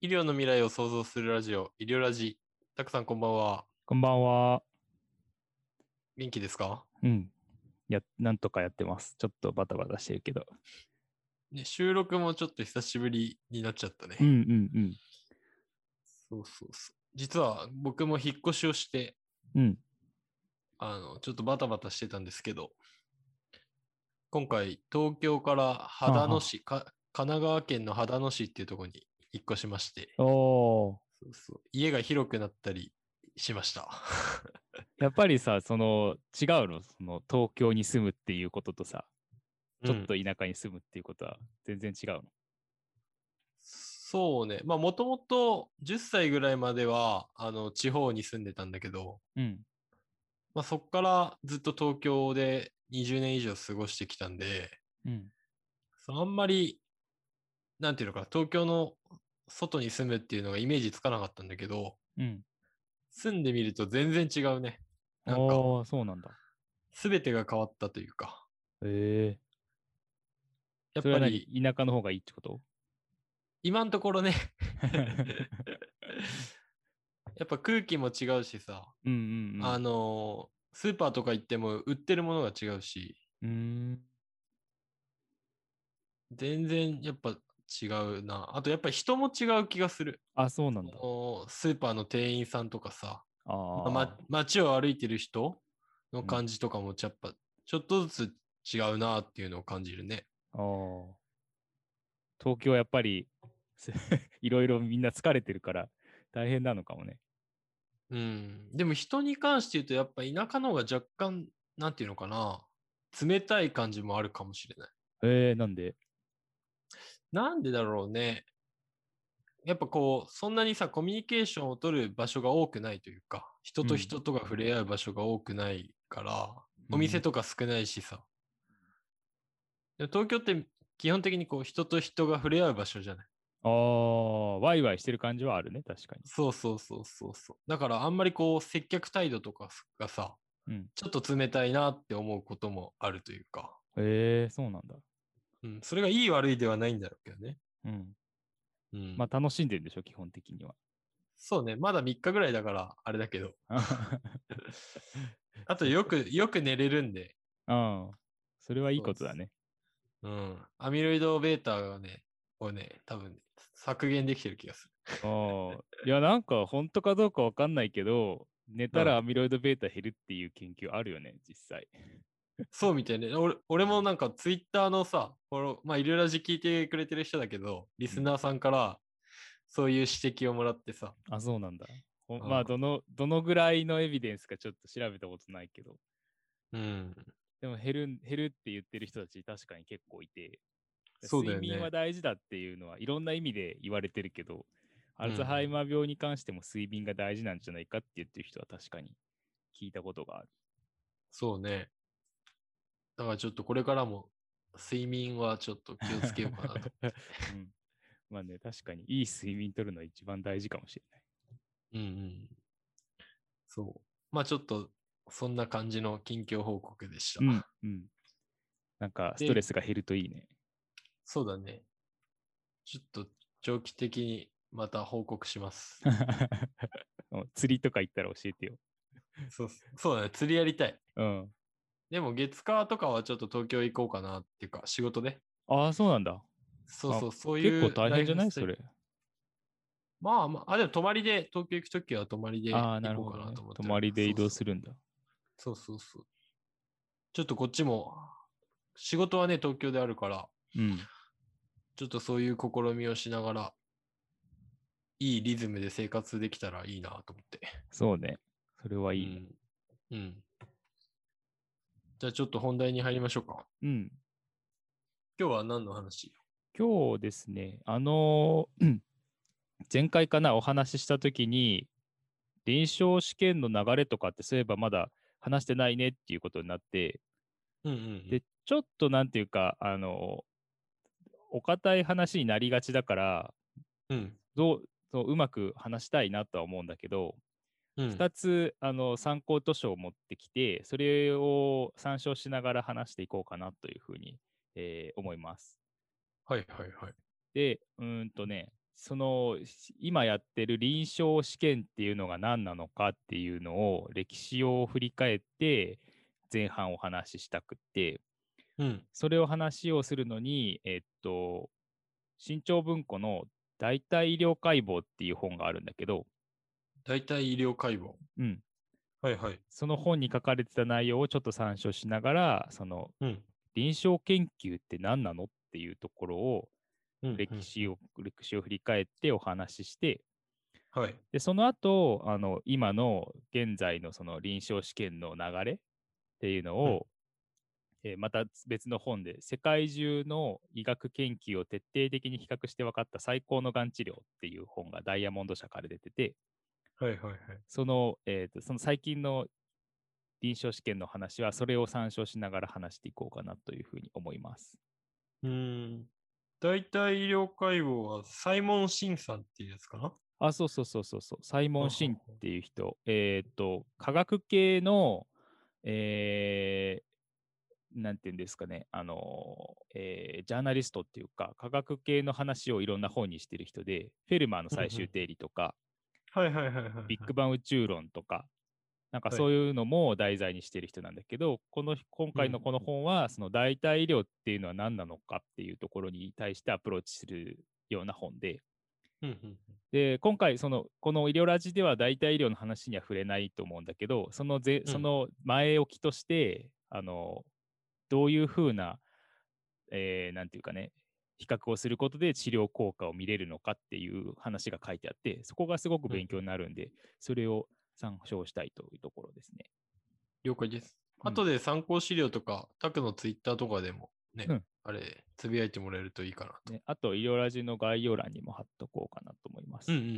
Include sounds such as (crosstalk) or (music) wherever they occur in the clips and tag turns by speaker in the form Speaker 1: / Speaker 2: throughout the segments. Speaker 1: 医療の未来を想像するラジオ、医療ラジ。たくさんこんばんは。
Speaker 2: こんばんは。
Speaker 1: 元気ですか、
Speaker 2: うん。や、なんとかやってます。ちょっとバタバタしてるけど。
Speaker 1: ね、収録もちょっと久しぶりになっちゃったね。
Speaker 2: うんうんうん。
Speaker 1: そうそうそう。実は僕も引っ越しをして、
Speaker 2: うん。
Speaker 1: あの、ちょっとバタバタしてたんですけど、今回、東京から秦野市、か神奈川県の秦野市っていうところに引っ越しまして、
Speaker 2: おー。
Speaker 1: そうそう家が広くなったりしました。
Speaker 2: やっぱりさ、その、違うのその、東京に住むっていうこととさ、
Speaker 1: (laughs)
Speaker 2: ちょっと田舎に住むっていうことは全然違うの。
Speaker 1: そうね。まあ、もともと10歳ぐらいまでは、あの、地方に住んでたんだけど、
Speaker 2: うん。
Speaker 1: まあ、そっからずっと東京で20年以上過ごしてきたんで、
Speaker 2: うん。
Speaker 1: そのあんまり、なんていうのか、東京の外に住むっていうのがイメージつかなかったんだけど、
Speaker 2: うん。
Speaker 1: 住んでみると全然違うね。なんか、
Speaker 2: おー、そうなんだ。
Speaker 1: すべてが変わったというか、
Speaker 2: え
Speaker 1: やっ
Speaker 2: それ
Speaker 1: ぱ
Speaker 2: は
Speaker 1: り
Speaker 2: 何、田舎の方がいいってこと
Speaker 1: (laughs) 今のところね、 (laughs) やっぱ空気も違うしさ、
Speaker 2: うんうんうん。
Speaker 1: あのースーパーとか行っても売ってるものが違うし、
Speaker 2: うーん。
Speaker 1: 全然やっぱ違うな。あとやっぱ人も違う気がする。
Speaker 2: あ、そうなんだ
Speaker 1: あ。のースーパーの店員さんとかさ、
Speaker 2: あー、
Speaker 1: ま、街を歩いてる人の
Speaker 2: うん
Speaker 1: 感じとかもやっぱちょっとずつ違うなっていうのを感じるね。
Speaker 2: あー東京はやっぱりす (laughs) いろいろみんな疲れてるから大変なのかもね。
Speaker 1: うん。でも人に関して言うとやっぱ田舎の方が若干、なんていうのかな、冷たい感じもあるかもしれない。
Speaker 2: えー、なんで
Speaker 1: なんでだろうね。やっぱこう、そんなにさ、コミュニケーションを取る場所が多くないというか、人と
Speaker 2: うん
Speaker 1: 人とが触れ合う場所が多くないから、
Speaker 2: うん
Speaker 1: お店とか少ないしさ。でも東京って基本的にこう、人と人が触れ合う場所じゃない。
Speaker 2: ああ、ワイワイしてる感じはあるね、確かに。
Speaker 1: そうそうそうそうそう。だからあんまりこう、接客態度とかがさ、
Speaker 2: うん
Speaker 1: ちょっと冷たいなって思うこともあるというか、
Speaker 2: えー、そうなんだ。
Speaker 1: うん、それがいい悪いではないんだろうけどね。
Speaker 2: うん。
Speaker 1: うん。
Speaker 2: まあ楽しんでるんでしょ、基本的には。
Speaker 1: そうね、まだ3日ぐらいだから、あれだけ (laughs) ど。あとよく、よく寝れるんで、
Speaker 2: (laughs) うん。それはいいことだね。
Speaker 1: うん。アミロイド β がね、をね、多分、削減できてる気がす
Speaker 2: あーいや、なんか本当かどうかわかんないけど、寝た
Speaker 1: うん
Speaker 2: らアミロイド β 減るっていう研究あるよね、実際。
Speaker 1: る。そうみたいね。俺俺もなんかツイッターのさ、このまあ、いろいろ聞いてくれてる人だけど、リスナーさんからそういう指摘をもらってさ、
Speaker 2: あ、そうなんだ。ほ
Speaker 1: うん
Speaker 2: まあ、どの、どのぐらいのエビデンスかちょっと調べたことないけど、
Speaker 1: うん。
Speaker 2: でも減るん、減るって言ってる人たち確かに結構いて、
Speaker 1: そうだよね
Speaker 2: 睡眠は大事だっていうのはいろんな意味で言われてるけど、
Speaker 1: うん
Speaker 2: アルツハイマー病に関しても睡眠が大事なんじゃないかって言ってる人は確かに聞いたことがある。
Speaker 1: そうね。だからちょっとこれからも睡眠はちょっと気をつけようかなと。
Speaker 2: (laughs) うん、まあね、確かにいい睡眠とるのは一番大事かもしれない。
Speaker 1: (laughs) うんうん。そう。まあちょっと、そんな感じの近況報告でした。
Speaker 2: うん、うん。なんかストレスが減るといいね。
Speaker 1: そうだね。ちょっと長期的にまた報告します。
Speaker 2: (laughs) うん釣りとか行ったら教えてよ。
Speaker 1: そうそうだね。釣りやりたい。
Speaker 2: うん。
Speaker 1: でも月火とかはちょっと東京行こうかなっていうか、仕事ね。
Speaker 2: ああ、そうなんだ。
Speaker 1: そうそう、そういう。
Speaker 2: 結構大変じゃな
Speaker 1: ラ
Speaker 2: い
Speaker 1: イフスタ
Speaker 2: そ
Speaker 1: イル
Speaker 2: れ。。
Speaker 1: まあまあ、あ、でも泊まりで、東京行くときは泊まりで
Speaker 2: ああ、な
Speaker 1: 行
Speaker 2: る
Speaker 1: こう
Speaker 2: ほ
Speaker 1: か
Speaker 2: ど、
Speaker 1: な
Speaker 2: ね
Speaker 1: と思っ。て
Speaker 2: 泊
Speaker 1: る
Speaker 2: まりで移動す
Speaker 1: る。
Speaker 2: るんだ。
Speaker 1: そうそうそうそう。ちょっとこっちも、仕事はね、東京であるから、
Speaker 2: うん。
Speaker 1: ちょっとそういう試みをしながら、いいリズムで生活できたらいいなと思って。
Speaker 2: そうね。それはいいね。
Speaker 1: うん。うん。じゃあちょっと本題に入りましょうか。
Speaker 2: うん。
Speaker 1: 今日は何の話
Speaker 2: 今日ですね、あのー (clears throat) うん前回かな、お話ししたときに、臨床試験の流れとかって、そういえばまだ話してないねっていうことになって、
Speaker 1: うんうん
Speaker 2: で、ちょっとなんていうか、あのーお堅い話になりがちだから、
Speaker 1: うん。
Speaker 2: どう、そううまく話したいなとは思うんだけど、
Speaker 1: うん。うん。
Speaker 2: 2つあの参考図書を持ってきて、それを参照しながら話していこうかなというふうに、えー思います。
Speaker 1: はいはいはい。
Speaker 2: で、うーんとね、そのし今やってる臨床試験っていうのが何なのかっていうのを歴史を振り返って前半お話ししたくって
Speaker 1: うん。
Speaker 2: それを話をするのにえっと新潮文庫の「代替医療解剖」っていう本があるんだけど、
Speaker 1: 大体医療解剖。
Speaker 2: うん、
Speaker 1: はいはい。
Speaker 2: その本に書かれてた内容をちょっと参照しながらその
Speaker 1: うん。
Speaker 2: 臨床研究って何なのっていうところを
Speaker 1: うん、
Speaker 2: 歴史を,、歴史を振り返ってお話しして
Speaker 1: うん。はい。
Speaker 2: でその後あの今の現在のその臨床試験の流れっていうのを、えーまた別の本で世界中の医学研究を徹底的に比較して分かった最高のがん治療っていう本がダイヤモンド社から出てて
Speaker 1: はいはいはい。
Speaker 2: その,、えーとその最近の臨床試験の話はそれを参照しながら話していこうかなというふうに思います。
Speaker 1: うーん。大体医療解剖は、サイモン・シンさんっていうやつかな
Speaker 2: あ、そうそうそうそうそう。サイモ
Speaker 1: は
Speaker 2: ン・
Speaker 1: は
Speaker 2: シンっていう人。えーっと、科学系の、えーなんていうんですかね、あのー、えージャーナリストっていうか、科学系の話をいろんな本にしてる人で、フェルマーの
Speaker 1: うんうん
Speaker 2: 最終定理とか、
Speaker 1: はいはいはいはいはい。
Speaker 2: ビッグバン宇宙論とか、なんか
Speaker 1: はい
Speaker 2: そういうのも題材にしてる人なんだけど、この今回のこの本は、その代替医療っていうのは何なのかっていうところに対してアプローチするような本で、
Speaker 1: うんうん
Speaker 2: で今回そのこの医療ラジでは代替医療の話には触れないと思うんだけどそのぜ
Speaker 1: うん
Speaker 2: その前置きとして、あのどういうふうな、えーなんていうかね比較をすることで治療効果を見れるのかっていう話が書いてあってそこがすごく
Speaker 1: うん
Speaker 2: 勉強になるんで、それを参照したいというところですね。
Speaker 1: 了解です。
Speaker 2: うん
Speaker 1: 後で参考資料とか、タクのツイッターとかでもね、
Speaker 2: うん
Speaker 1: あれ、つぶやいてもらえるといいかなと。
Speaker 2: ねあと医療ラジの概要欄にも貼っとこうかなと思います。
Speaker 1: うんうんうん。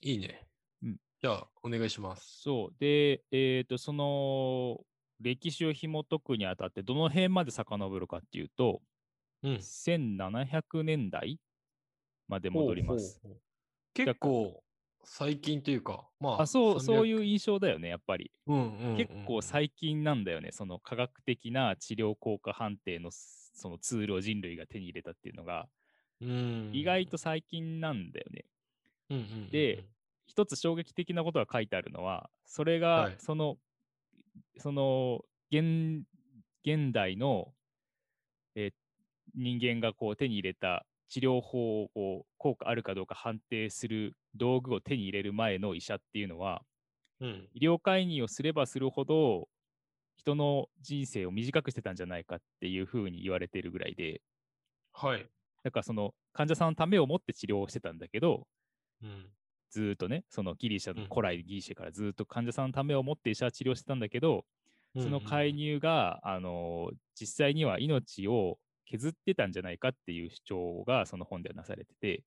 Speaker 1: いいね。
Speaker 2: うん
Speaker 1: じゃあ、お願いします。
Speaker 2: そう。で、えっ、と、その、歴史を紐解くにあたって、どの辺まで遡るかっていうと、
Speaker 1: うん。
Speaker 2: 1700年代まで戻ります。
Speaker 1: ほうほうほう。結構、最近というか、まあ、、
Speaker 2: あ、そう、そういうう印象だよね、やっぱり。
Speaker 1: うんうんうん
Speaker 2: 結構最近なんだよね、その科学的な治療効果判定のすそのツールを人類が手に入れたっていうのが、
Speaker 1: うん
Speaker 2: 意外と最近なんだよね。
Speaker 1: うんうんうんうん
Speaker 2: で、一つ衝撃的なことが書いてあるのは、それ
Speaker 1: は
Speaker 2: が
Speaker 1: い
Speaker 2: その、その現現代のえ人間がこう手に入れた治療法をこう効果あるかどうか判定する道具を手に入れる前の医者っていうのは、
Speaker 1: うん、
Speaker 2: 医療介入をすればするほど、人の人生を短くしてたんじゃないかっていうふうに言われているぐらいで、
Speaker 1: はい。
Speaker 2: だからその患者さんのためを持って治療をしてたんだけど、
Speaker 1: うん。
Speaker 2: ずーっとね、そのギリシャ
Speaker 1: う
Speaker 2: の
Speaker 1: ん
Speaker 2: 古来ギリシャからずーっと患者さんのためを持って医者は治療してたんだけど、その介
Speaker 1: に
Speaker 2: 入が、あのー実際には命を削ってたんじゃないかっていう主張がその本ではなされてて、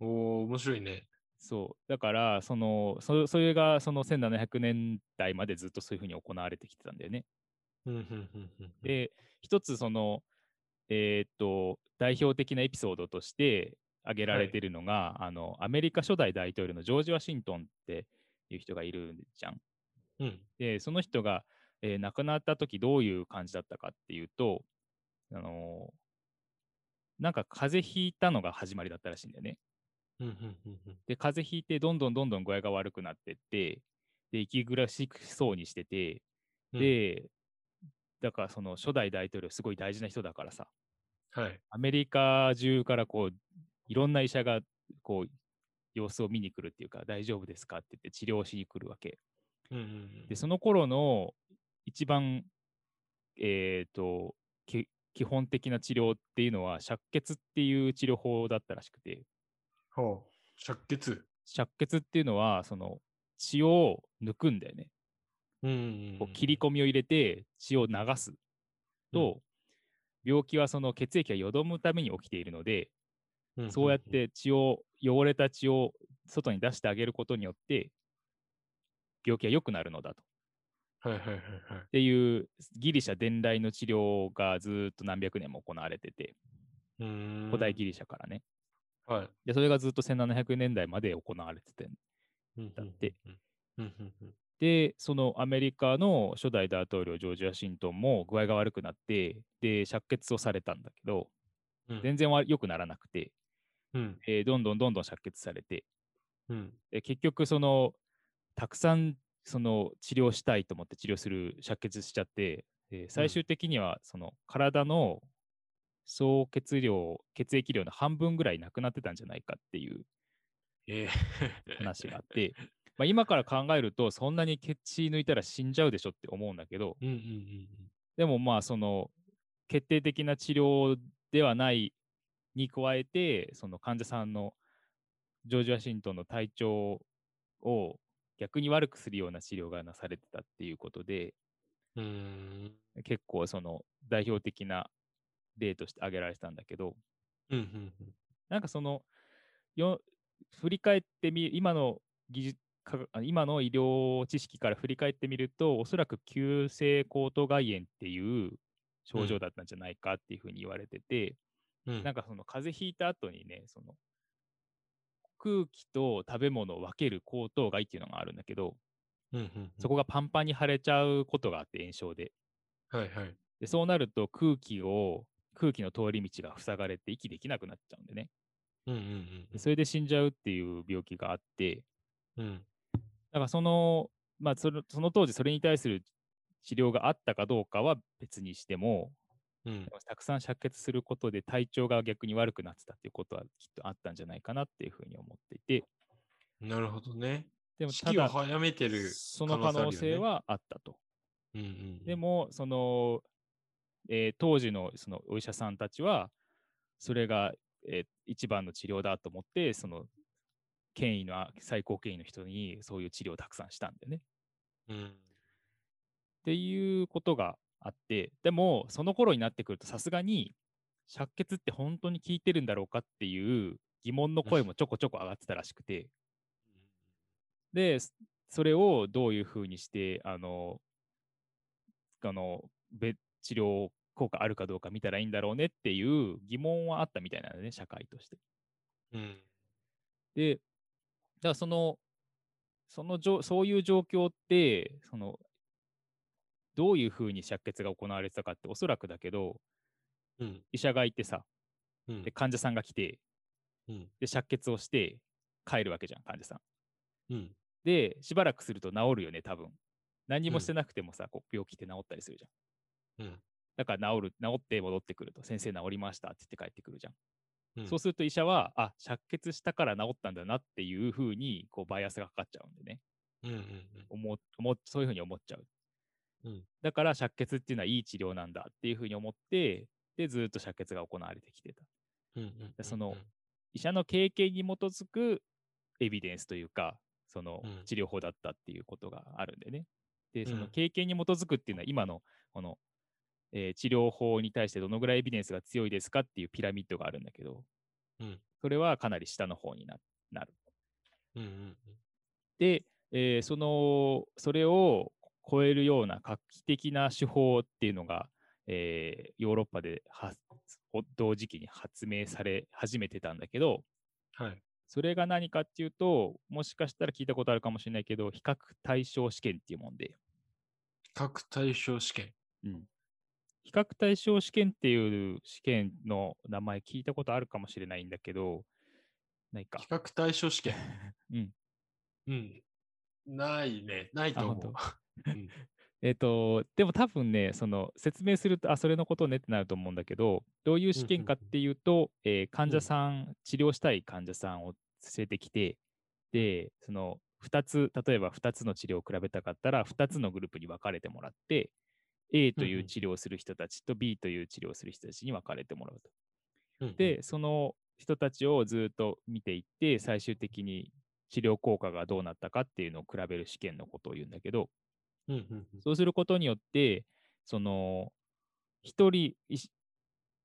Speaker 1: おお面白いね。
Speaker 2: そう、だから、その、そそれがその1700年代までずっとそういうふうに行われてきてたんだよね。
Speaker 1: うんうんうんうんうん、
Speaker 2: で、一つその、えーっと、代表的なエピソードとして挙げられ
Speaker 1: はい
Speaker 2: てるのが、あの、アメリカ初代大統領のジョージ・ワシントンっていう人がいるじゃん。
Speaker 1: うん、
Speaker 2: で、その人が、えー亡くなった時どういう感じだったかっていうと、あのーなんか風邪ひいたのが始まりだったらしいんだよね。
Speaker 1: うん、うん、うんうん。
Speaker 2: で、風邪ひいて、どんどんどんどん具合が悪くなってって、で、息苦しくそうにしてて、
Speaker 1: うん、
Speaker 2: で、だからその初代大統領、すごい大事な人だからさ、
Speaker 1: はい。
Speaker 2: アメリカ中からこう、いろんな医者がこう、様子を見に来るっていうか、大丈夫ですかって言って治療しに来るわけ。
Speaker 1: うんうんうん
Speaker 2: で、その頃の一番、えっ、と、き基本的な治療っていうのは、灼血っていう治療法だったらしくて、
Speaker 1: ほう。灼血。
Speaker 2: 灼血っていうのは、その血を抜くんだよね。
Speaker 1: うんうんう
Speaker 2: こ
Speaker 1: ん。
Speaker 2: う切り込みを入れて血を流すと、病気はその血液がよどむために起きているので、
Speaker 1: み
Speaker 2: そうやっ。て血を、汚れた血を外に出してあげることによって、病気が良くなるのだと。
Speaker 1: はいはいはいはい。
Speaker 2: っていうギリシャ伝来の治療がずーっと何百年も行われてて、
Speaker 1: うーん
Speaker 2: 古代ギリシャからね。
Speaker 1: はい。
Speaker 2: で、それがずっと1700年代まで行われてて、
Speaker 1: うん
Speaker 2: だって。
Speaker 1: うんうんうんうん
Speaker 2: で、そのアメリカの初代大統領ジョージ・ワシントンも具合が悪くなって、で、灼血をされたんだけど、
Speaker 1: うんうん。
Speaker 2: 全然わ良くならなくて、
Speaker 1: うん。
Speaker 2: えーどんどんどんどん借血されて、
Speaker 1: うん。
Speaker 2: で結局そのたくさんその治療したいと思って治療する借血しちゃって、えー最終的にはその体の総血量血液量の半分ぐらいなくなってたんじゃないかっていう
Speaker 1: ええ
Speaker 2: 話があっ。てまあ今から考えるとそんなに血血抜いたら死んじゃうでしょって思うんだけど
Speaker 1: うんうんうん
Speaker 2: でもまあその決定的な治療ではないに加えてその患者さんのジョージ・ワシントンの体調を逆に悪くするような治療がなされてたっていうことで
Speaker 1: うん。うーん。
Speaker 2: 結構その代表的な例として挙げられてたんだけど
Speaker 1: うんうんうん。
Speaker 2: なんかそのよ振り返ってみ今の技術科学あ今の医療知識から振り返ってみるとおそらく急性喉頭蓋炎っていう症
Speaker 1: う
Speaker 2: 状
Speaker 1: ん
Speaker 2: だったんじゃないかっていうふうに言われてて、
Speaker 1: うん
Speaker 2: なんかその風邪ひいた後にねその空気と食べ物を分ける喉頭蓋っていうのがあるんだけど
Speaker 1: うんうんうん
Speaker 2: そこがパンパンに腫れちゃうことがあって炎症で
Speaker 1: はいはい。
Speaker 2: でそうなると空気を空気の通り道が塞がれて息できなくなっちゃうんでね
Speaker 1: うんうん
Speaker 2: でそれで死んじゃうっていう病気があって、
Speaker 1: うん。うん。
Speaker 2: だからその、まあその、その当時それに対する治療があったかどうかは別にしても、
Speaker 1: うん
Speaker 2: で。もたくさん借血することで体調が逆に悪くなってたっていうことはきっとあったんじゃないかなっていうふうに思っていて、
Speaker 1: なるほどね。
Speaker 2: でも
Speaker 1: 死
Speaker 2: た
Speaker 1: 期を
Speaker 2: だ、
Speaker 1: 早めてる。
Speaker 2: その可能性はあったと。
Speaker 1: うんうん。
Speaker 2: で、も、その、えー当時のそのお医者さんたちは、それが、えー一番の治療だと思って、その、権威のあ最高権威の人にそういう治療をたくさんしたんだよね。
Speaker 1: うん。
Speaker 2: っていうことがあって、でも、その頃になってくると、さすがに、借血って本当に効いてるんだろうかっていう疑問の声もちょこちょこ上がってたらしくて、で、そそれをどういうふうにして、あの、あの、べ治療効果あるかどうか見たらいいんだろうねっていう疑問はあったみたいなんだよね、社会として。
Speaker 1: うん。
Speaker 2: で、じゃあその、そのじょそういう状況って、その、どういうふうに借血が行われてたかって、おそらくだけど、
Speaker 1: うん。
Speaker 2: 医者がいてさ、
Speaker 1: うん
Speaker 2: で、。患者さんが来て、
Speaker 1: うん。
Speaker 2: で、借血をして、帰るわけじゃん、患者さん。
Speaker 1: うん。
Speaker 2: で、しばらくすると治るよね、多分。何
Speaker 1: う
Speaker 2: も
Speaker 1: ん
Speaker 2: してなくてもさ、こう病気って治ったりするじゃん。
Speaker 1: うん。
Speaker 2: だから治る、治って戻ってくると、先生治りましたって言って帰ってくるじゃん。
Speaker 1: うん
Speaker 2: そうすると医者は、あ、借血したから治ったんだなっていうふうに、こう、バイアスがかかっちゃうんでね。
Speaker 1: うんうん
Speaker 2: 思う思っそういうふうに思っちゃう。
Speaker 1: うん
Speaker 2: だから借血っていうのはいい治療なんだっていうふうに思って、で、ずーっと借血が行われてきてた。
Speaker 1: うんうん
Speaker 2: でその医者の経験に基づくエビデンスというか、その
Speaker 1: うん
Speaker 2: 治療法だったっていうことがあるんでね。で、そうの
Speaker 1: ん
Speaker 2: 経験に基づくっていうのは、今のこの、えー治療法に対してどのぐらいエビデンスが強いですかっていうピラミッドがあるんだけど、
Speaker 1: うん
Speaker 2: それはかなり下の方にななる。
Speaker 1: うんうん
Speaker 2: で、えーそのそれを超えるような画期的な手法っていうのが、えーヨーロッパではほ同時期に発明され始めてたんだけど
Speaker 1: はい。
Speaker 2: それが何かっていうともしかしたら聞いたことあるかもしれないけど比較対象試験っていうもんで、
Speaker 1: 各対象試験。
Speaker 2: 比較対象試験っていう試験の名前聞いたことあるかもしれないんだけどないか
Speaker 1: 比較対象試験。
Speaker 2: (laughs) うん。
Speaker 1: うん。ないね。ないと思う
Speaker 2: あ。
Speaker 1: うん
Speaker 2: えっ、と、でも多分ね、その説明すると、あ、それのことねってなると思うんだけど、どういう試験かっていうと、えー患者さん、治療したい患者さんを連れてきて、で、その2つ、例えば2つの治療を比べたかったら、2つのグループに分かれてもらって、A とい
Speaker 1: んう
Speaker 2: うん治療をする人たちと B という治療をする人たちに分かれてもらうと。
Speaker 1: うんうん、
Speaker 2: で、その人たちをずっと見ていって、最終的に治療効果がどうなったかっていうのを比べる試験のことを言うんだけど、
Speaker 1: うんうんうん
Speaker 2: そうすることによって、その、一人医師、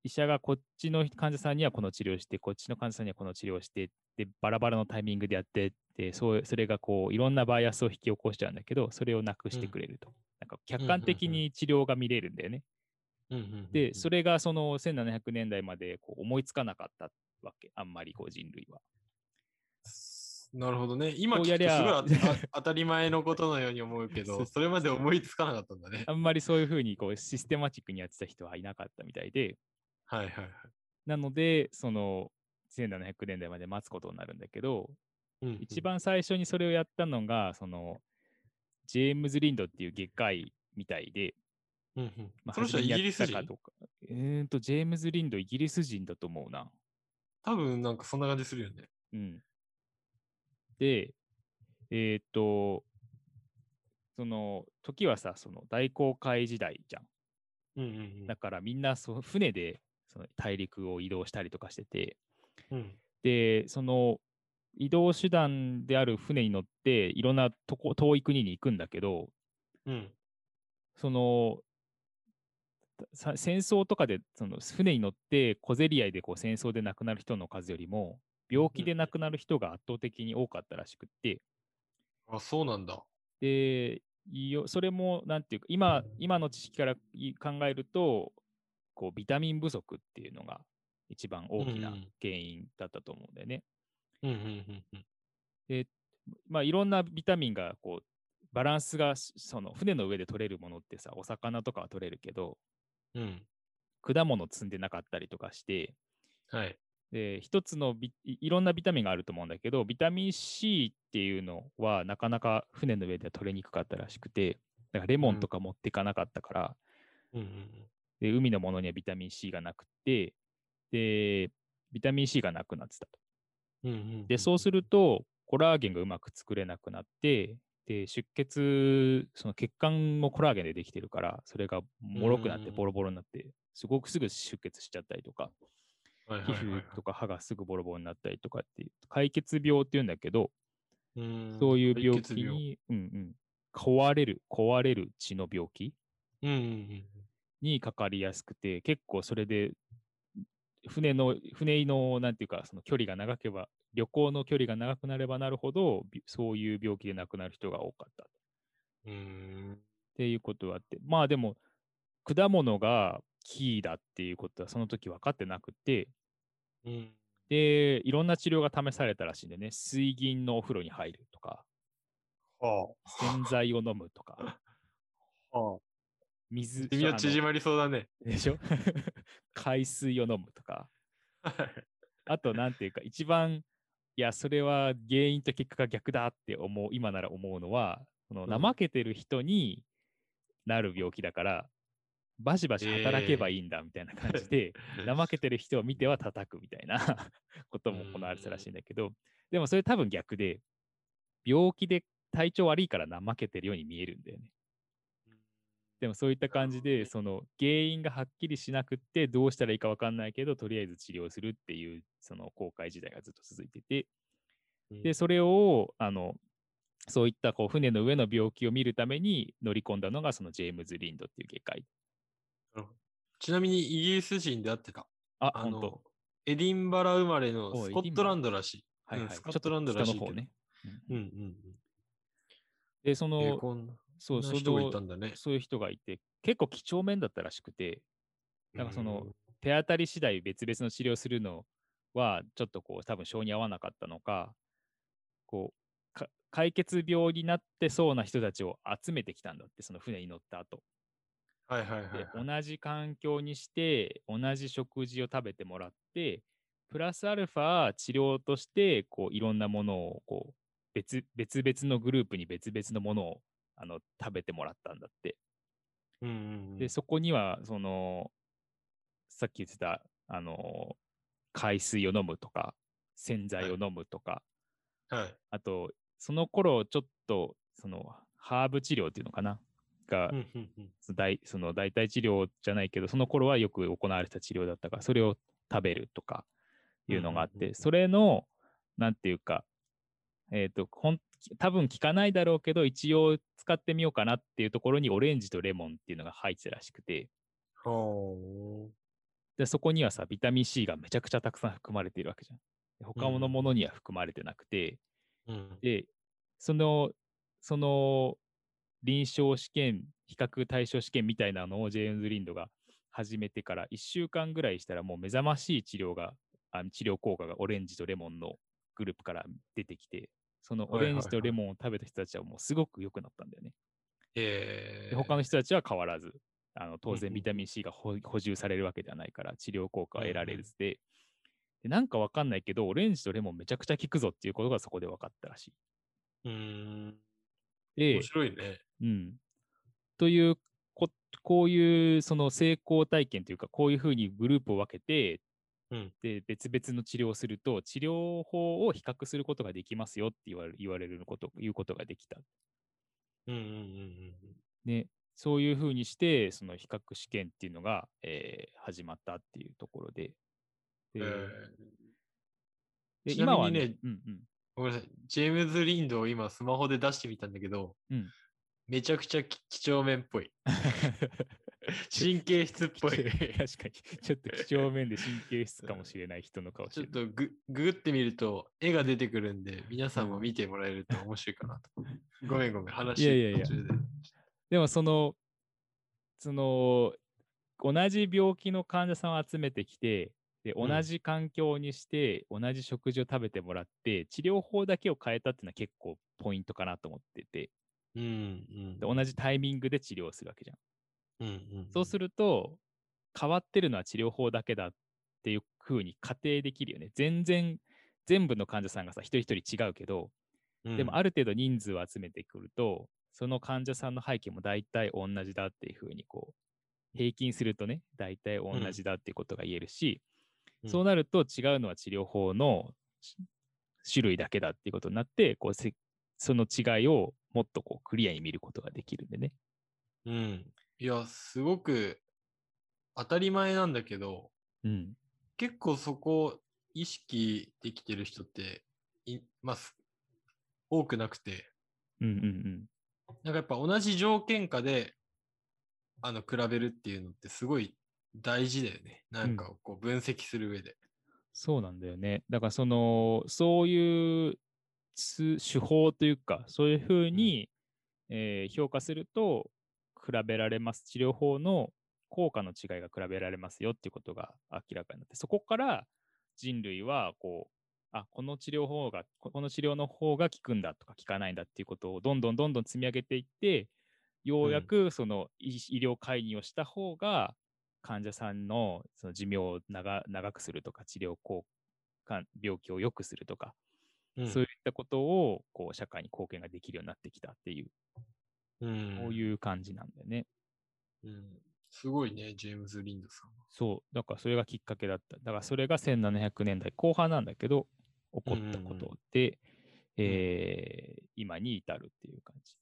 Speaker 2: 医者がこっちの患者さんにはこの治療をして、こっちの患者さんにはこの治療をして、で、バラバラのタイミングでやってって、そうそれがこう、いろんなバイアスを引き起こしちゃうんだけど、それをなくして
Speaker 1: うん
Speaker 2: くれると。なんか
Speaker 1: んうん
Speaker 2: 客
Speaker 1: うん
Speaker 2: 観的に治療が見れるんだよね。
Speaker 1: うんうんうん
Speaker 2: で、それがその1700年代までこう思いつかなかったわけ、あんまりこう人類は。
Speaker 1: なるほどね。今
Speaker 2: こう
Speaker 1: 聞
Speaker 2: や
Speaker 1: くと
Speaker 2: り
Speaker 1: す
Speaker 2: ゃ
Speaker 1: ごいああ
Speaker 2: (laughs)
Speaker 1: 当たり前のことのように思うけ
Speaker 2: そう
Speaker 1: ど、それまで思いつかなかったんだね
Speaker 2: あ。んまりそういうふうにこうシステマチックにやってた人はいなかったみたいで、
Speaker 1: はいはいはい。
Speaker 2: なので、その、 1700年代まで待つことになるんだけど、
Speaker 1: うんうん
Speaker 2: 一番最初にそれをやったのが、その、ジェームズ・リンドっていう外科医みたいで、
Speaker 1: うんうん
Speaker 2: まあ
Speaker 1: その人はイ
Speaker 2: 初め
Speaker 1: ギ
Speaker 2: にや
Speaker 1: リ
Speaker 2: った
Speaker 1: ス人
Speaker 2: かどうかうーんと、ジェームズ・リンド、イギリス人だと思うな。
Speaker 1: 多分なんかそんな感じするよね。
Speaker 2: うん。で、えーっと、その、時はさ、その大航海時代じゃん。
Speaker 1: うんうん
Speaker 2: だからみんなそう船でその大陸を移動したりとかしてて、
Speaker 1: うん。うん
Speaker 2: で、その移動手段である船に乗って、いろんなとこ遠い国に行くんだけど、
Speaker 1: うん。
Speaker 2: その、さ戦争とかでその船に乗って小競り合いでこう戦争で亡くなる人の数よりも病気で亡くなる人が圧倒的に多かったらしくって、
Speaker 1: あ、そうなんだ。
Speaker 2: で、よそれも、なんていうか、今、今の知識からい考えると、こう、ビタミン不足っていうのが一番大きな
Speaker 1: うんうん
Speaker 2: 原因だったと思うんだよね。
Speaker 1: うんうんうんうん。
Speaker 2: まあ、いろんなビタミンが、こう、バランスが、しその、船の上で取れるものってさ、お魚とかは取れるけど、
Speaker 1: うん。
Speaker 2: 果物積んでなかったりとかして、
Speaker 1: はい。
Speaker 2: で、一つのビ、いいろんなビタミンがあると思うんだけど、ビタミン C っていうのは、なかなか船の上では取れにくかったらしくて、だからレモ
Speaker 1: う
Speaker 2: ン
Speaker 1: ん
Speaker 2: とか持っていかなかったから、
Speaker 1: うんうん
Speaker 2: で、海のものにはビタミン C がなくて、で、ビタミン C がなくなってたと。
Speaker 1: うん。うんうんん
Speaker 2: で、そうすると、コラーゲンがうまく作れなくなって、で、出血、その血管もコラーゲンでできてるから、それが脆くなっ
Speaker 1: う
Speaker 2: て、
Speaker 1: ん
Speaker 2: ボロボロになって、すごくすぐ出血しちゃったりとか、
Speaker 1: はいはい
Speaker 2: 皮
Speaker 1: はいはい
Speaker 2: 膚とか歯がすぐボロボロになったりとかっていう、解決病っていうんだけど、
Speaker 1: うーん
Speaker 2: そういう病
Speaker 1: 白
Speaker 2: 気
Speaker 1: 血病
Speaker 2: に、うんうん、壊れる、壊れる血の病気
Speaker 1: うんうんうん
Speaker 2: にかかりやすくて、結構それで、船の、船の、なんていうか、その距離が長ければ、旅行の距離が長くなればなるほど、びそういう病気で亡くなる人が多かったっ
Speaker 1: うーん。
Speaker 2: ていうことはあって、まあでも、果物がキーだっていうことは、その時分かってなくて、
Speaker 1: うん。
Speaker 2: で、いろんな治療が試されたらしいんでね、水銀のお風呂に入るとか、
Speaker 1: は
Speaker 2: 洗剤を飲むとか、
Speaker 1: あ。はあ。(laughs)
Speaker 2: 水、
Speaker 1: 君は
Speaker 2: あの
Speaker 1: 縮まりそうだね。
Speaker 2: でしょ (laughs) 海水を飲むとか。
Speaker 1: はい
Speaker 2: (laughs) あと、なんていうか、一番、いや、それは原因と結果が逆だって思う、今なら思うのは、その
Speaker 1: うん
Speaker 2: 怠けてる人になる病気だから、バシバシ働けば
Speaker 1: え
Speaker 2: いいんだみたいな感じで、 (laughs) 怠けてる人を見ては叩くみたいな (laughs) ことも行われてたらしいんだけど、でもそれ多分逆で、病気で体調悪いから怠けてるように見えるんだよね
Speaker 1: うん。
Speaker 2: でもそういった感じ
Speaker 1: なる
Speaker 2: で、
Speaker 1: ほ
Speaker 2: その原因がはっきりしなくって、どうしたらいいか分かんないけど、とりあえず治療するっていう、その公開時代がずっと続いてて、で、それを、あの、そういったこう船の上の病気を見るために乗り込んだのが、そのジェームズ・リンドっていう外科医。
Speaker 1: ちなみにイギリス人であってた。
Speaker 2: あ、
Speaker 1: あ
Speaker 2: ほんと
Speaker 1: の、エディンバラ生まれの
Speaker 2: おう
Speaker 1: スコットランドらしい。
Speaker 2: はいはい、
Speaker 1: うんスコットランドらしい
Speaker 2: ちょっと下の方
Speaker 1: けど
Speaker 2: ね。
Speaker 1: うん
Speaker 2: うん
Speaker 1: うん
Speaker 2: で、そ
Speaker 1: うん。え
Speaker 2: の
Speaker 1: ー、こんな
Speaker 2: そう、そ
Speaker 1: 人がいた
Speaker 2: の、
Speaker 1: んだね。
Speaker 2: そういう人がいて、結構几帳面だったらしくて、なんかその
Speaker 1: うん
Speaker 2: 手当たり次第別々の治療するのは、ちょっとこう、多分性に合わなかったのか、こう、か解決病になってそうな人たちを集めてきたんだって、その船に乗った後。
Speaker 1: はいはいはい
Speaker 2: で
Speaker 1: はい。
Speaker 2: 同じ環境にして同じ食事を食べてもらってプラスアルファ治療としてこういろんなものをこう別別々のグループに別々のものをあの食べてもらったんだって
Speaker 1: うんうんうん
Speaker 2: でそこにはそのさっき言ってたあの海水を飲むとか洗剤を飲むとか、
Speaker 1: はい。
Speaker 2: あとその頃ちょっとそのハーブ治療っていうのかなが
Speaker 1: うんうんうん
Speaker 2: その代その代替治療じゃないけど、その頃はよく行われてた治療だったから、それを食べるとかいうのがあっ
Speaker 1: うんうんうんう
Speaker 2: て、
Speaker 1: ん
Speaker 2: それの、なんていうか、えっ、と、ほん多分効かないだろうけど、一応使ってみようかなっていうところにオレンジとレモンっていうのが入ってたらしくて、
Speaker 1: ほ
Speaker 2: でそこにはさ、ビタミン C がめちゃくちゃたくさん含まれているわけじゃん。で他のものには含まれてなくて、
Speaker 1: ううん
Speaker 2: で、その、その臨床試験、比較対象試験みたいなのをジェームズ・リンドが始めてから1週間ぐらいしたらもう目覚ましい治療が、あ治療効果がオレンジとレモンのグループから出てきて、そのオ
Speaker 1: はいはい
Speaker 2: レ
Speaker 1: はい
Speaker 2: ンジとレモンを食べた人たちはもうすごく良くなったんだよね。
Speaker 1: え
Speaker 2: で
Speaker 1: ー
Speaker 2: 他の人たちは変わらず、あの当
Speaker 1: うんうん
Speaker 2: 然ビタミン C が補補充されるわけではないから治療効果は得られ
Speaker 1: うんうん
Speaker 2: ずで、でなんかわかんないけど、オレンジとレモンめちゃくちゃ効くぞっていうことがそこで分かったらし
Speaker 1: うーん。
Speaker 2: い。で
Speaker 1: 面、白いね。
Speaker 2: うん。というこ、こういうその成功体験というか、こういうふうにグループを分けて、
Speaker 1: うん
Speaker 2: で、別々の治療をすると、治療法を比較することができますよって言われる言われること、いうことができた。
Speaker 1: うんうんうんうん
Speaker 2: ね、そういうふうにして、その比較試験っていうのが、えー始まったっていうところで。
Speaker 1: うん。
Speaker 2: で
Speaker 1: え
Speaker 2: で
Speaker 1: ちなみにね
Speaker 2: うんうん。 (laughs)
Speaker 1: ごめんなさい。ジェームズ・リンドを今スマホで出してみたんだけど、
Speaker 2: うん
Speaker 1: めちゃくちゃき几帳面っぽ
Speaker 2: (laughs)
Speaker 1: い。神経質っぽい。
Speaker 2: 確か
Speaker 1: (laughs)
Speaker 2: に、ちょっと几帳面で神経質かもしれない人の顔し
Speaker 1: ち
Speaker 2: て
Speaker 1: ょっと
Speaker 2: る。
Speaker 1: グググってみると絵が出てくるんで、皆さんも見てもらえると面白いかなと。ごめんごめん、話
Speaker 2: いやいやいや
Speaker 1: 途中で。
Speaker 2: でもその、その、同じ病気の患者さんを集めてきて、で
Speaker 1: うん
Speaker 2: 同じ環境にして、同じ食事を食べてもらって、治療法だけを変えたっていうのは結構ポイントかなと思ってて、
Speaker 1: うん
Speaker 2: で同じタイミングで治療するわけじゃん。
Speaker 1: うんうんうん、
Speaker 2: そうす
Speaker 1: る。
Speaker 2: ると、変わってるのは治療法だけだっていうふうに仮定できるよね。全然、全部の患者さんがさ、一人一人違うけど、でもあ
Speaker 1: る、
Speaker 2: る程度人数を集めてくると、その患者さんの背景も大体同じだっていうふうにこう、平均するとね、大体同
Speaker 1: うん
Speaker 2: じだっていうことが言えるし、
Speaker 1: うん
Speaker 2: そうなると違うのは治療法のし種類だけだっていうことになって、こうせその違いをもっとこうクリアに見ることができるんでね。
Speaker 1: うん。いや、すごく当たり前なんだけど、
Speaker 2: うん。
Speaker 1: 結構そこ意識できてる人っています多くなくて、
Speaker 2: うんうんうん。
Speaker 1: なんかやっぱ同じ条件下であの比べるっていうのってすごい大事だよね。なんかこう分析する上で。
Speaker 2: そうなんだよね。だからそのそういうつ手法というかそういうふうに、えー評価すると比べられます治療法の効果の違いが比べられますよっていうことが明らかになってそこから人類はこうあこの治療法がここの治療の方が効くんだとか効かないんだっていうことをどんどんどんどん積み上げていってようやくその医医療介入をした方が患者さんのその寿命を長長くするとか治療効果病気を良くするとか、
Speaker 1: うん
Speaker 2: そういったことをこう社会に貢献ができるようになってきたっていう、
Speaker 1: うん
Speaker 2: こういう感じなんだよね。
Speaker 1: うんすごいね、ジェームズ・リンドさんは。
Speaker 2: そう、だからそれがきっかけだった。だからそれが1700年代後半なんだけど、起こったこ
Speaker 1: うんうんうん
Speaker 2: とで、えー今に至るっていう感じ。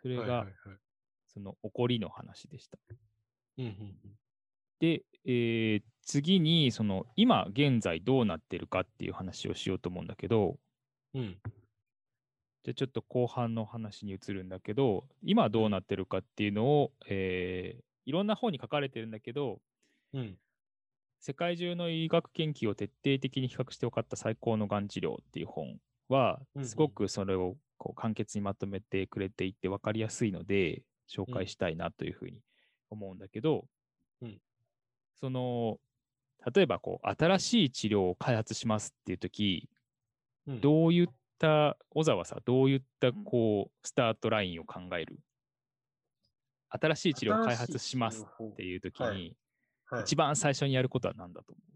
Speaker 2: それ
Speaker 1: はいは
Speaker 2: が
Speaker 1: いはい
Speaker 2: その起こりの話でした。
Speaker 1: うんうん
Speaker 2: で、えー次にその今現在どうなってるかっていう話をしようと思うんだけ
Speaker 1: う
Speaker 2: ど、
Speaker 1: んうん
Speaker 2: じゃあちょっと後半の話に移るんだけど、今どうなってるかっていうのを、えーいろんな本に書かれてるんだけど、
Speaker 1: うん
Speaker 2: 世界中の医学研究を徹底的に比較して分かった最高のがん治療っていう本は
Speaker 1: うんう、ん
Speaker 2: すごくそれをこう簡潔にまとめてくれていて分かりやすいので、紹
Speaker 1: うん
Speaker 2: 介したいなというふうに思うんだけど、
Speaker 1: うん
Speaker 2: その、例えばこう、新しい治療を開発しますっていうとき、
Speaker 1: うん
Speaker 2: どういった、小沢さん、どういったこう、スタートラインを考える新しい治療を開発します
Speaker 1: っ
Speaker 2: っていうとき
Speaker 1: はい
Speaker 2: に、一番最初にやることは何だと思う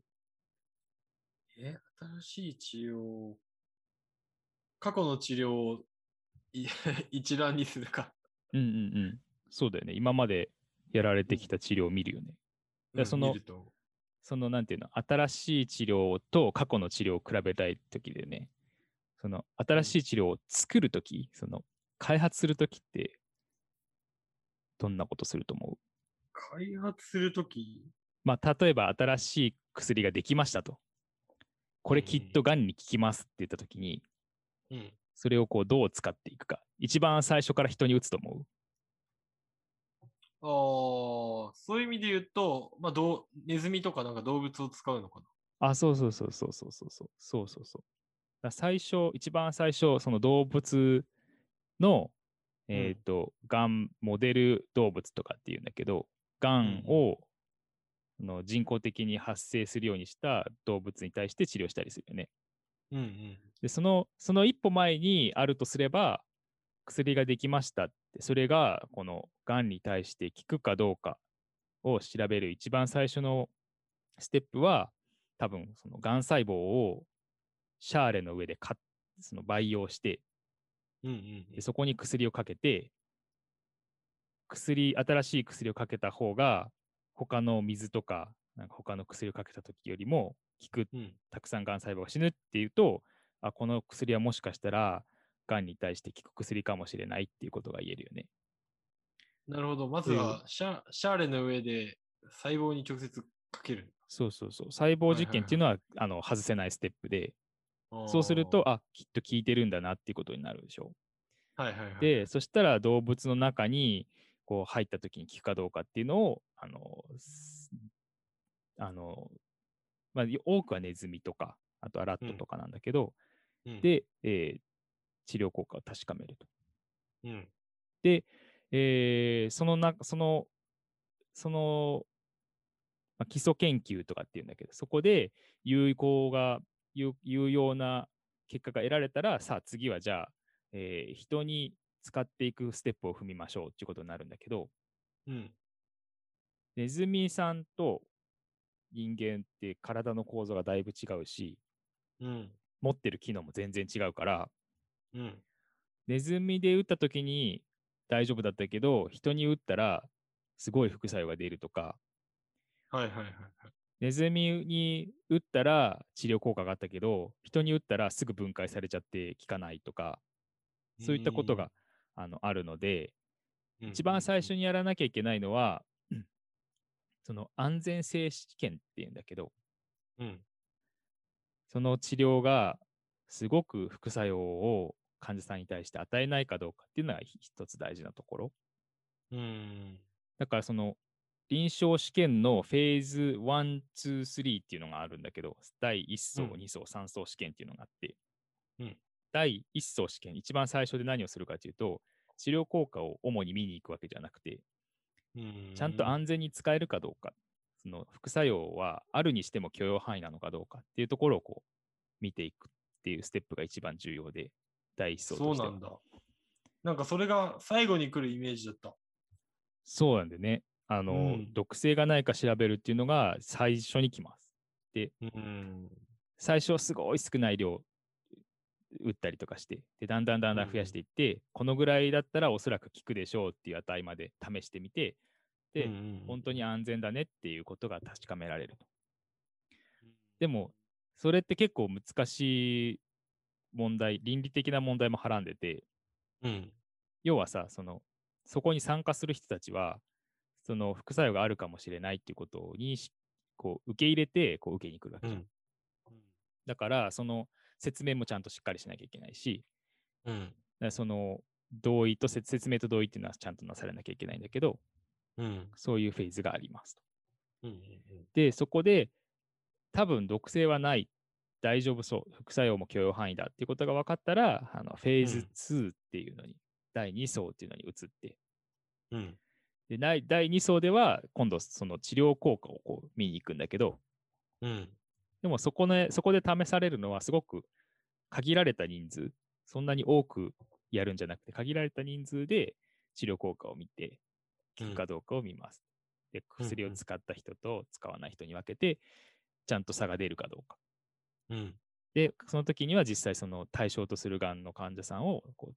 Speaker 1: え、新しい治療。過去の治療をい (laughs) 一覧にするか。
Speaker 2: うんうんうん。そうだよね。今までやられてきた治療を見るよね。い
Speaker 1: う
Speaker 2: や
Speaker 1: ん
Speaker 2: その
Speaker 1: 見ると
Speaker 2: その、なんていうの、新しい治療と過去の治療を比べたいときでね、その、新しい治療を作るとき、その、開発するときって、どんなことすると思う
Speaker 1: 開発するとき、
Speaker 2: まあ、例えば、新しい薬ができましたと。これきっとがんに効きますって言ったときに、
Speaker 1: うん
Speaker 2: それをこう、どう使っていくか。一番最初から人に打つと思う
Speaker 1: あーそういう意味で言うと、まあ、どうネズミとかなんか動物を使うのかな。
Speaker 2: あ、そうそうそうそうそうそうそうそうそうそう。だ最初、一番最初、その動物の、
Speaker 1: ん
Speaker 2: えっ、と、がん、モデル動物とかっていうんだけど、がん
Speaker 1: うん
Speaker 2: を、あの人工的に発生するようにした動物に対して治療したりするよね。
Speaker 1: うんうん
Speaker 2: で、その、その一歩前にあるとすれば、薬ができましたって、それがこのがんに対して効くかどうかを調べる一番最初のステップは、多分そのがん細胞をシャーレの上でかその培養して
Speaker 1: うんうん
Speaker 2: でそこに薬をかけて薬新しい薬をかけた方が他の水とかなんか他の薬をかけた時よりも効く
Speaker 1: うん。うん。
Speaker 2: たくさんがん細胞が死ぬっていうとあこの薬はもしかしたらがんに対して効く薬かもしれないっていうことが言えるよね。
Speaker 1: なるほど。まずはシャ、シャーレの上で細胞に直接かける。
Speaker 2: そうそうそう細胞実験っていうのは,、あの外せないステップでそうするとあきっと効いてるんだなっていうことになるでしょ
Speaker 1: あー、はいはいはい。
Speaker 2: で、そしたら動物の中にこう入った時に効くかどうかっていうのを、あの、すあの、まあ、よ多くはネズミとか、あとはラットとかなんだけど、
Speaker 1: うん、
Speaker 2: で、えー治療効果を確かめると。
Speaker 1: うん、
Speaker 2: えーそのな、その、その、まあ、基礎研究とかっていうんだけど、そこで有効が、有有用な結果が得られたら、さあ次はじゃあ、えー人に使っていくステップを踏みましょうっていうことになるんだけど、
Speaker 1: うん、
Speaker 2: ネズミさんと人間って体の構造がだいぶ違うし、
Speaker 1: うん、
Speaker 2: 持ってる機能も全然違うから、
Speaker 1: うん、
Speaker 2: ネズミで打った時に大丈夫だったけど、人に打ったらすごい副作用が出るとか、
Speaker 1: はいはいはいはい。
Speaker 2: ネズミに打ったら治療効果があったけど、人に打ったらすぐ分解されちゃって効かないとか、そういったことが、あのあるので、
Speaker 1: うん、
Speaker 2: 一番最初
Speaker 1: に。
Speaker 2: にやらなきゃいけないのは、 (clears throat) その安全性試験っていうんだけど、
Speaker 1: うん、
Speaker 2: その治療がすごく副作用を患者さんに対して与えないかどうかっていうのがひ一つ大事なところ。
Speaker 1: うん、
Speaker 2: だからその臨床試験のフェーズ1、2、3っていうのがあるんだけど、第1層、
Speaker 1: うん
Speaker 2: 2層、3層試験っていうのがあって、
Speaker 1: うん
Speaker 2: 第1層試験、一番最初で何をするかというと、治療効果を主に見に行くわけじゃなくて、
Speaker 1: うん、
Speaker 2: ちゃんと安全に使えるかどうか、その副作用はあるにしても許容範囲なのかどうかっていうところをこう見ていくっていうステップが一番重要で、第一層
Speaker 1: そ
Speaker 2: と
Speaker 1: う
Speaker 2: して
Speaker 1: な
Speaker 2: は
Speaker 1: んだ。なんかそれが最後に来るイメージだった。
Speaker 2: そうなんでね、あの、
Speaker 1: うん
Speaker 2: 毒性がないか調べるっていうのが最初に来ます。
Speaker 1: うん、
Speaker 2: 最初はすごい少ない量打ったりとかして、でだんだんだんだん増やしていって、このぐらいだったらおそらく効くでしょうっていう値まで試してみて、で、本当に安全だねっていうことが確かめられると。でも、それって結構難しい問題、倫理的な問題もはらんでて、
Speaker 1: うん、うん、
Speaker 2: 要はさ、その、そこに参加する人たちは、その副作用があるかもしれないっていうことを認識、こう、受け入れて、こう、受けに来るわけ
Speaker 1: う
Speaker 2: じゃん。
Speaker 1: ん、
Speaker 2: だから、その説明もちゃんとしっかりしなきゃいけないし、
Speaker 1: うん、
Speaker 2: だからその、同意と説説明と同意っていうのはちゃんとなされなきゃいけないんだけど、
Speaker 1: うん、
Speaker 2: そういうフェーズがありますと。
Speaker 1: うん、
Speaker 2: で、そこで、多分毒性はない、大丈夫そう、副作用も許容範囲だっていうことが分かったら、あのフェーズ2っていうのに、第2層っていうのに移って、
Speaker 1: うん、
Speaker 2: でない第2層では、今度、その治療効果をこう見に行くんだけど、
Speaker 1: うん、
Speaker 2: でもそこ,、ね、そこで試されるのは、すごく限られた人数、そんなに多くやるんじゃなくて、限られた人数で治療効果を見て、効くかどうかを見ます。で、
Speaker 1: うん
Speaker 2: 薬を使った人と使わない人に分けて、ちゃんと差が出るかどうか。
Speaker 1: うん、
Speaker 2: で、その時には実際その対象とするがんの患者さんをこ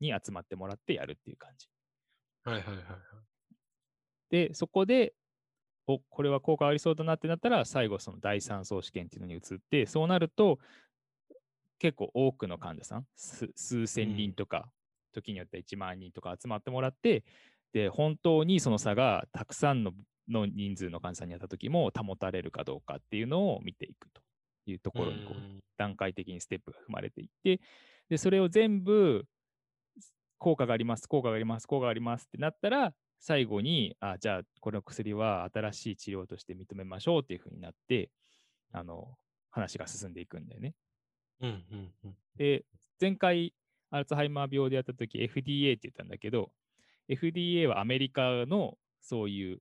Speaker 2: うに集まってもらってやるっていう感じ。
Speaker 1: はいはいはい。
Speaker 2: で、そこで、おこれは効果ありそうだなってなったら、最後その第3層試験っていうのに移って、そうなると、結構多くの患者さん、数数千
Speaker 1: う
Speaker 2: 人
Speaker 1: ん
Speaker 2: とか、時によっては1万人とか集まってもらって、で、本当にその差がたくさんのの人数の患者さんにあった時も保たれるかどうかっていうのを見ていくというところにこう段階的にステップが踏まれていって、で、それを全部、効果があります、効果があります、効果がありますってなったら、最後に、あ、じゃあ、この薬は新しい治療として認めましょうっていうふうになって、あの、話が進んでいくんだよね。
Speaker 1: うん、うん、うん、
Speaker 2: で、前回、アルツハイマー病でやった時 FDA って言ったんだけど、FDA はアメリカのそういう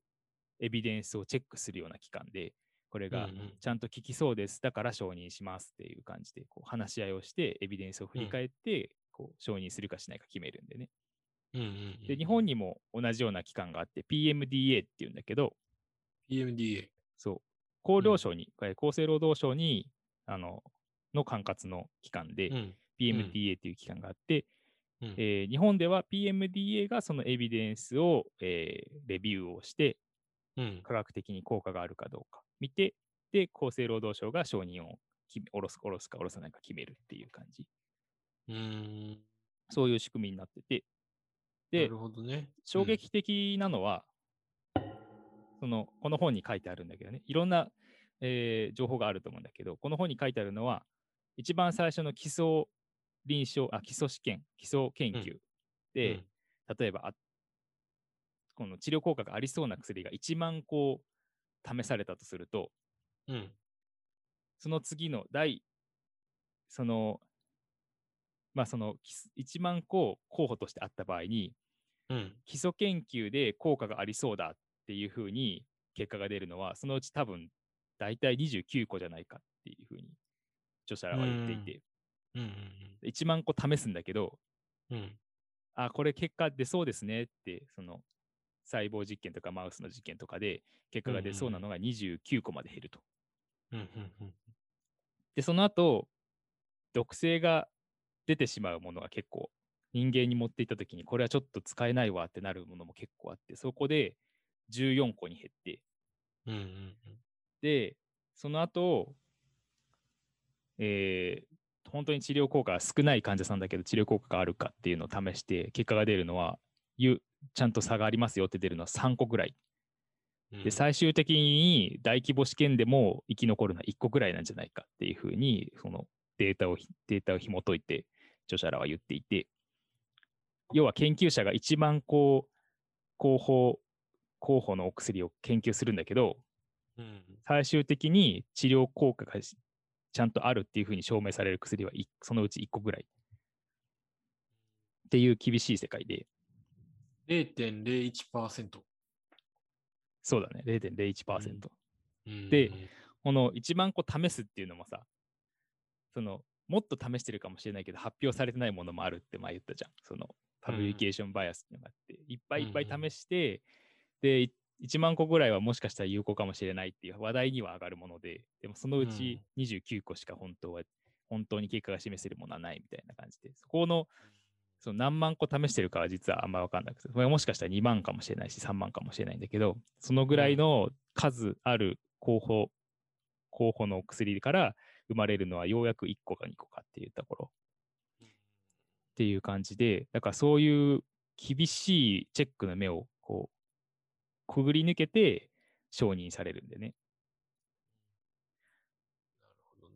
Speaker 2: エビデンスをチェックするような機関で、これが
Speaker 1: うんうん
Speaker 2: ちゃんと効きそうです、だから承認しますっていう感じで、こう話し合いをして、エビデンスを振り返って、こう承認するかしないか決めるんでね。
Speaker 1: うん、うん。
Speaker 2: で、日本
Speaker 1: に。
Speaker 2: にも同じような機関があって、PMDA っていうんだけど、
Speaker 1: PMDA。
Speaker 2: そう、厚労省に、えー厚生労働省に、あの、の管轄の機関で、
Speaker 1: うん。
Speaker 2: PMDA という機関があって、
Speaker 1: うん
Speaker 2: えー日本では PMDA がそのエビデンスを、えーレビューをして、
Speaker 1: うん。
Speaker 2: 科学的に効果があるかどうか見て、で、厚生労働省が承認を決め下ろすか下ろすか下ろさないか決めるっていう感じ。
Speaker 1: うーん。
Speaker 2: そういう仕組みになってて。
Speaker 1: な
Speaker 2: で
Speaker 1: る、ほどね。
Speaker 2: 衝撃的なのは、そのこの本に書いてあるんだけどね、いろんな、えー情報があると思うんだけど、この本に書いてあるのは、一番最初の基礎臨床、あ基礎試験、基礎研究
Speaker 1: うん。
Speaker 2: で、例えばあこの治療効果がありそうな薬が1万個試されたとすると、
Speaker 1: うん。うん。
Speaker 2: その次の第、その、まあ、その基礎1万個候補としてあった場合に、
Speaker 1: うん。
Speaker 2: 基礎研究で効果がありそうだっていうふうに結果が出るのは、そのうち多分大体29個じゃないかっていうふうに著者らは言っていて、
Speaker 1: うん。
Speaker 2: 1万個試すんだけど、
Speaker 1: うん。うん。
Speaker 2: あ、これ結果出そうですねって、その細胞実験とかマウスの実験とかで結果が出そうなのが29個まで減ると。
Speaker 1: うん。うん。うん。
Speaker 2: で、その後、毒性が出てしまうものが結構、人間に持っていったときに、これはちょっと使えないわってなるものも結構あって、そこで14個に減って、
Speaker 1: うんうんうん。
Speaker 2: で、その後、えー本当に治療効果が少ない患者さんだけど、治療効果があるかっていうのを試して、結果が出るのは、ゆちゃんと差がありますよって出るのは3個ぐらい。
Speaker 1: うん
Speaker 2: で、最終的に大規模試験でも生き残るのは1個ぐらいなんじゃないかっていうふうに、そのデータをひ、データを紐解いて、著者らは言っていて、要は研究者が一番こう、候補、候補のお薬を研究するんだけど、
Speaker 1: うん。
Speaker 2: 最終的に治療効果がしちゃんとあるっていうふうに証明される薬はいそのうち1個ぐらい。っていう厳しい世界で、
Speaker 1: 0.01%。
Speaker 2: そうだね、0.01%。
Speaker 1: うん
Speaker 2: で、この1万個試すっていうのもさ、そのもっと試してるかもしれないけど、発表されてないものもあるって前言ったじゃん。そのパブリケーションバイアスっていうのがあって、いっぱいいっぱ
Speaker 1: うんう
Speaker 2: い
Speaker 1: ん
Speaker 2: 試して、で、い1万個ぐらいはもしかしたら有効かもしれないっていう話題には上がるもので、でもそのうち29個しか本当は、本当に結果が示せるものはないみたいな感じで、そこのその何万個試してるかは実はあんま分かんなくて、これもしかしたら2万かもしれないし、3万かもしれないんだけど、そのぐらいの数ある候補、候補の薬から生まれるのはようやく1個か2個かっていうところ。っていう感じで、だからそういう厳しいチェックの目をこう、くぐり抜けて承認されるんでね。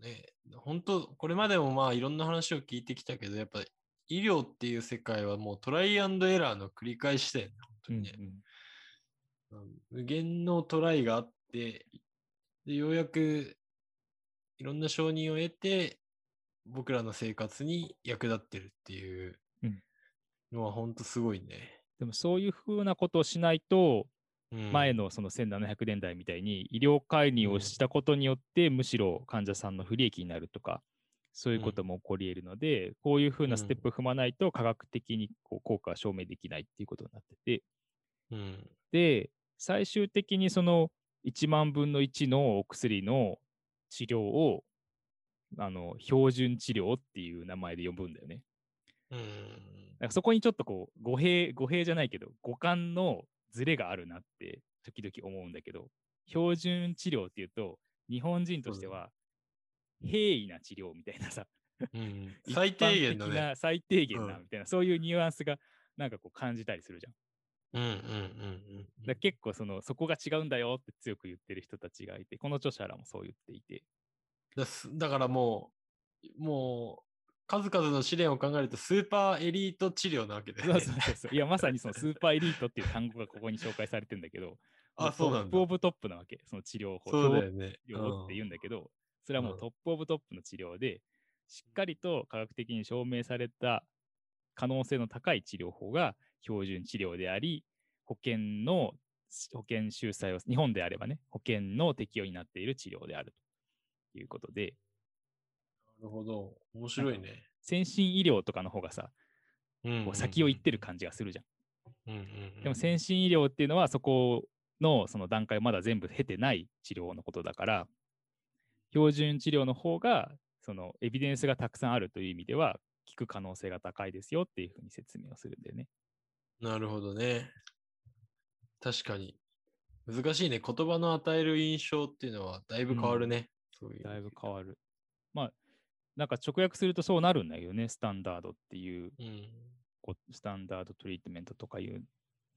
Speaker 1: ね、本当、これまでもまあいろんな話を聞いてきたけど、やっぱり医療っていう世界はもうトライアンドエラーの繰り返しだよね、本当にね。
Speaker 2: うんうん
Speaker 1: うん無限のトライがあって、でようやくいろんな承認を得て、僕らの生活に役立ってるっていう
Speaker 2: うん
Speaker 1: のは本当すごいね。
Speaker 2: でもそういうふうなことをしないと、
Speaker 1: うん
Speaker 2: 前のその1700年代みたいに医療介入をしたことによってむしろ患者さんの不利益になるとかそういうことも起こり得るので、こういうふうなステップを踏まないと科学的にこう効果は証明できないっていうことになって
Speaker 1: うん
Speaker 2: てで最終的にその1万分の1のお薬の治療をあの標準治療っていう名前で呼ぶんだよね。
Speaker 1: うん
Speaker 2: なんかそこにちょっとこう語弊語弊じゃないけど五感のズレがあるなって時々思うんだけど標準治療っていうと日本人としては平易な治療みたいなさ
Speaker 1: うん (laughs) 最低限の
Speaker 2: 一般的
Speaker 1: ね。
Speaker 2: な最低限な
Speaker 1: うん
Speaker 2: みたいな、そういうニュアンスがなんかこう感じたりするじゃん。
Speaker 1: うんうんうんうん
Speaker 2: だから結構そのそこが違うんだよって強く言ってる人たちがいてこの著者らもそう言ってい
Speaker 1: (laughs)
Speaker 2: て
Speaker 1: だすだからもう、もう、数々の試練を考えると、スーパーエリート治療なわけで、
Speaker 2: そ
Speaker 1: (laughs)
Speaker 2: うそうそうそういやまさにそのスーパーエリートっていう単語がここに紹介されてんだけど
Speaker 1: (laughs) あ、そうなん
Speaker 2: ト
Speaker 1: だ
Speaker 2: ップ。オブトップなわけその治療法
Speaker 1: そうだよね。
Speaker 2: 治療って言うんだけど、それはもううんトップオブトップの治療で、しっかりと科学的に証明された可能性の高い治療法が標準治療であり、保険の保険収載を、日本であればね、保険の適用になっている治療であるということで、
Speaker 1: うんなるほど。面白いね。
Speaker 2: 先進医療とかの方がさ、
Speaker 1: うんうん
Speaker 2: こう先を行ってる感じがするじゃん。
Speaker 1: うんうんうん
Speaker 2: でも先進医療っていうのはそこのその段階をまだ全部経てない治療のことだから、標準治療の方が、そのエビデンスがたくさんあるという意味では、効く可能性が高いですよっていうふうに説明をするんだよね。
Speaker 1: なるほどね。確かに。難しいね。言葉の与える印象っていうのはだいぶ変わるね。そういう。
Speaker 2: だいぶ変わる。まあ、なんか直訳するとそうなるんだけどね、スタンダードっていう、
Speaker 1: うん。
Speaker 2: こうスタンダードトリートメントとかいう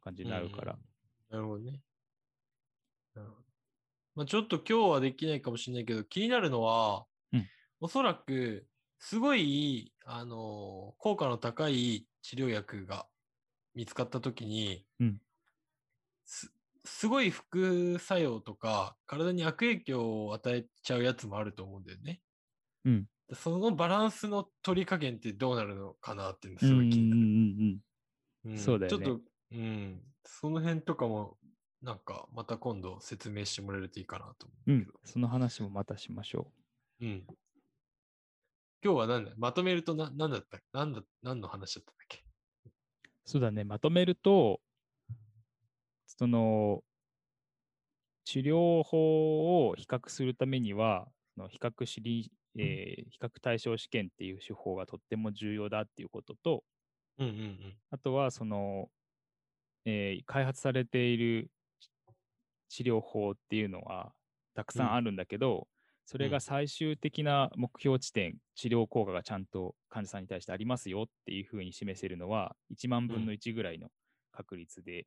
Speaker 2: 感じになるから。
Speaker 1: なるほどね。なるほどまあ、ちょっと今日はできないかもしれないけど、気になるのは、
Speaker 2: うん
Speaker 1: おそらく、すごい、あのー効果の高い治療薬が見つかったときに、
Speaker 2: うん
Speaker 1: す、すごい副作用とか、体に悪影響を与えちゃうやつもあると思うんだよね。
Speaker 2: うん
Speaker 1: でそのバランスの取り加減ってどうなるのかなっていうの
Speaker 2: う
Speaker 1: す
Speaker 2: んう
Speaker 1: ご
Speaker 2: ん
Speaker 1: い気になる。
Speaker 2: うん
Speaker 1: うん
Speaker 2: そうだよね
Speaker 1: ちょっと、うん、その辺とかも、なんか、また今度説明してもらえるといいかなと思
Speaker 2: うんう
Speaker 1: うんだ
Speaker 2: ん
Speaker 1: けど。
Speaker 2: その話もまたしましょ
Speaker 1: うん。今日は何だまとめるとな、何だった何だ、何の話だったんだっけ
Speaker 2: う。そうだね、まとめると、その、治療法を比較するためには、その比較しり、えー比較対象試験っていう手法がとっても重要だっていうことと、
Speaker 1: うんうんうん。
Speaker 2: あとは、その、えー開発されているち治療法っていうのはたくさ
Speaker 1: うん
Speaker 2: んあるんだけど、それ
Speaker 1: う
Speaker 2: が
Speaker 1: ん
Speaker 2: 最終的な目標地点、治療効果がちゃんと患者さんに対してありますよっていうふうに示せるのは、1万分の1ぐらいの確率で、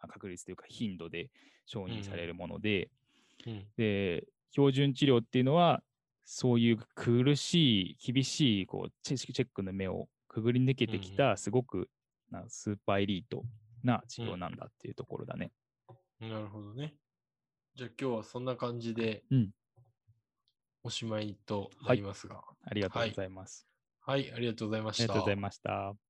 Speaker 2: あ確率というか頻度で承認されるもので、
Speaker 1: うん
Speaker 2: で、標準治療っていうのは、そういう苦しい、厳しいこうチェチェックの目をくぐり抜けてき
Speaker 1: うん
Speaker 2: た、すごくなスーパーエリートな治療なんだっていうところだね。
Speaker 1: なるほどね。じゃあ今日はそんな感じで、
Speaker 2: うん
Speaker 1: おしまいとなりますが。
Speaker 2: ありがと
Speaker 1: は
Speaker 2: う
Speaker 1: い
Speaker 2: ございます。
Speaker 1: はい、ありがとうございま
Speaker 2: あ
Speaker 1: し
Speaker 2: りがとうご
Speaker 1: た
Speaker 2: ざい。ました。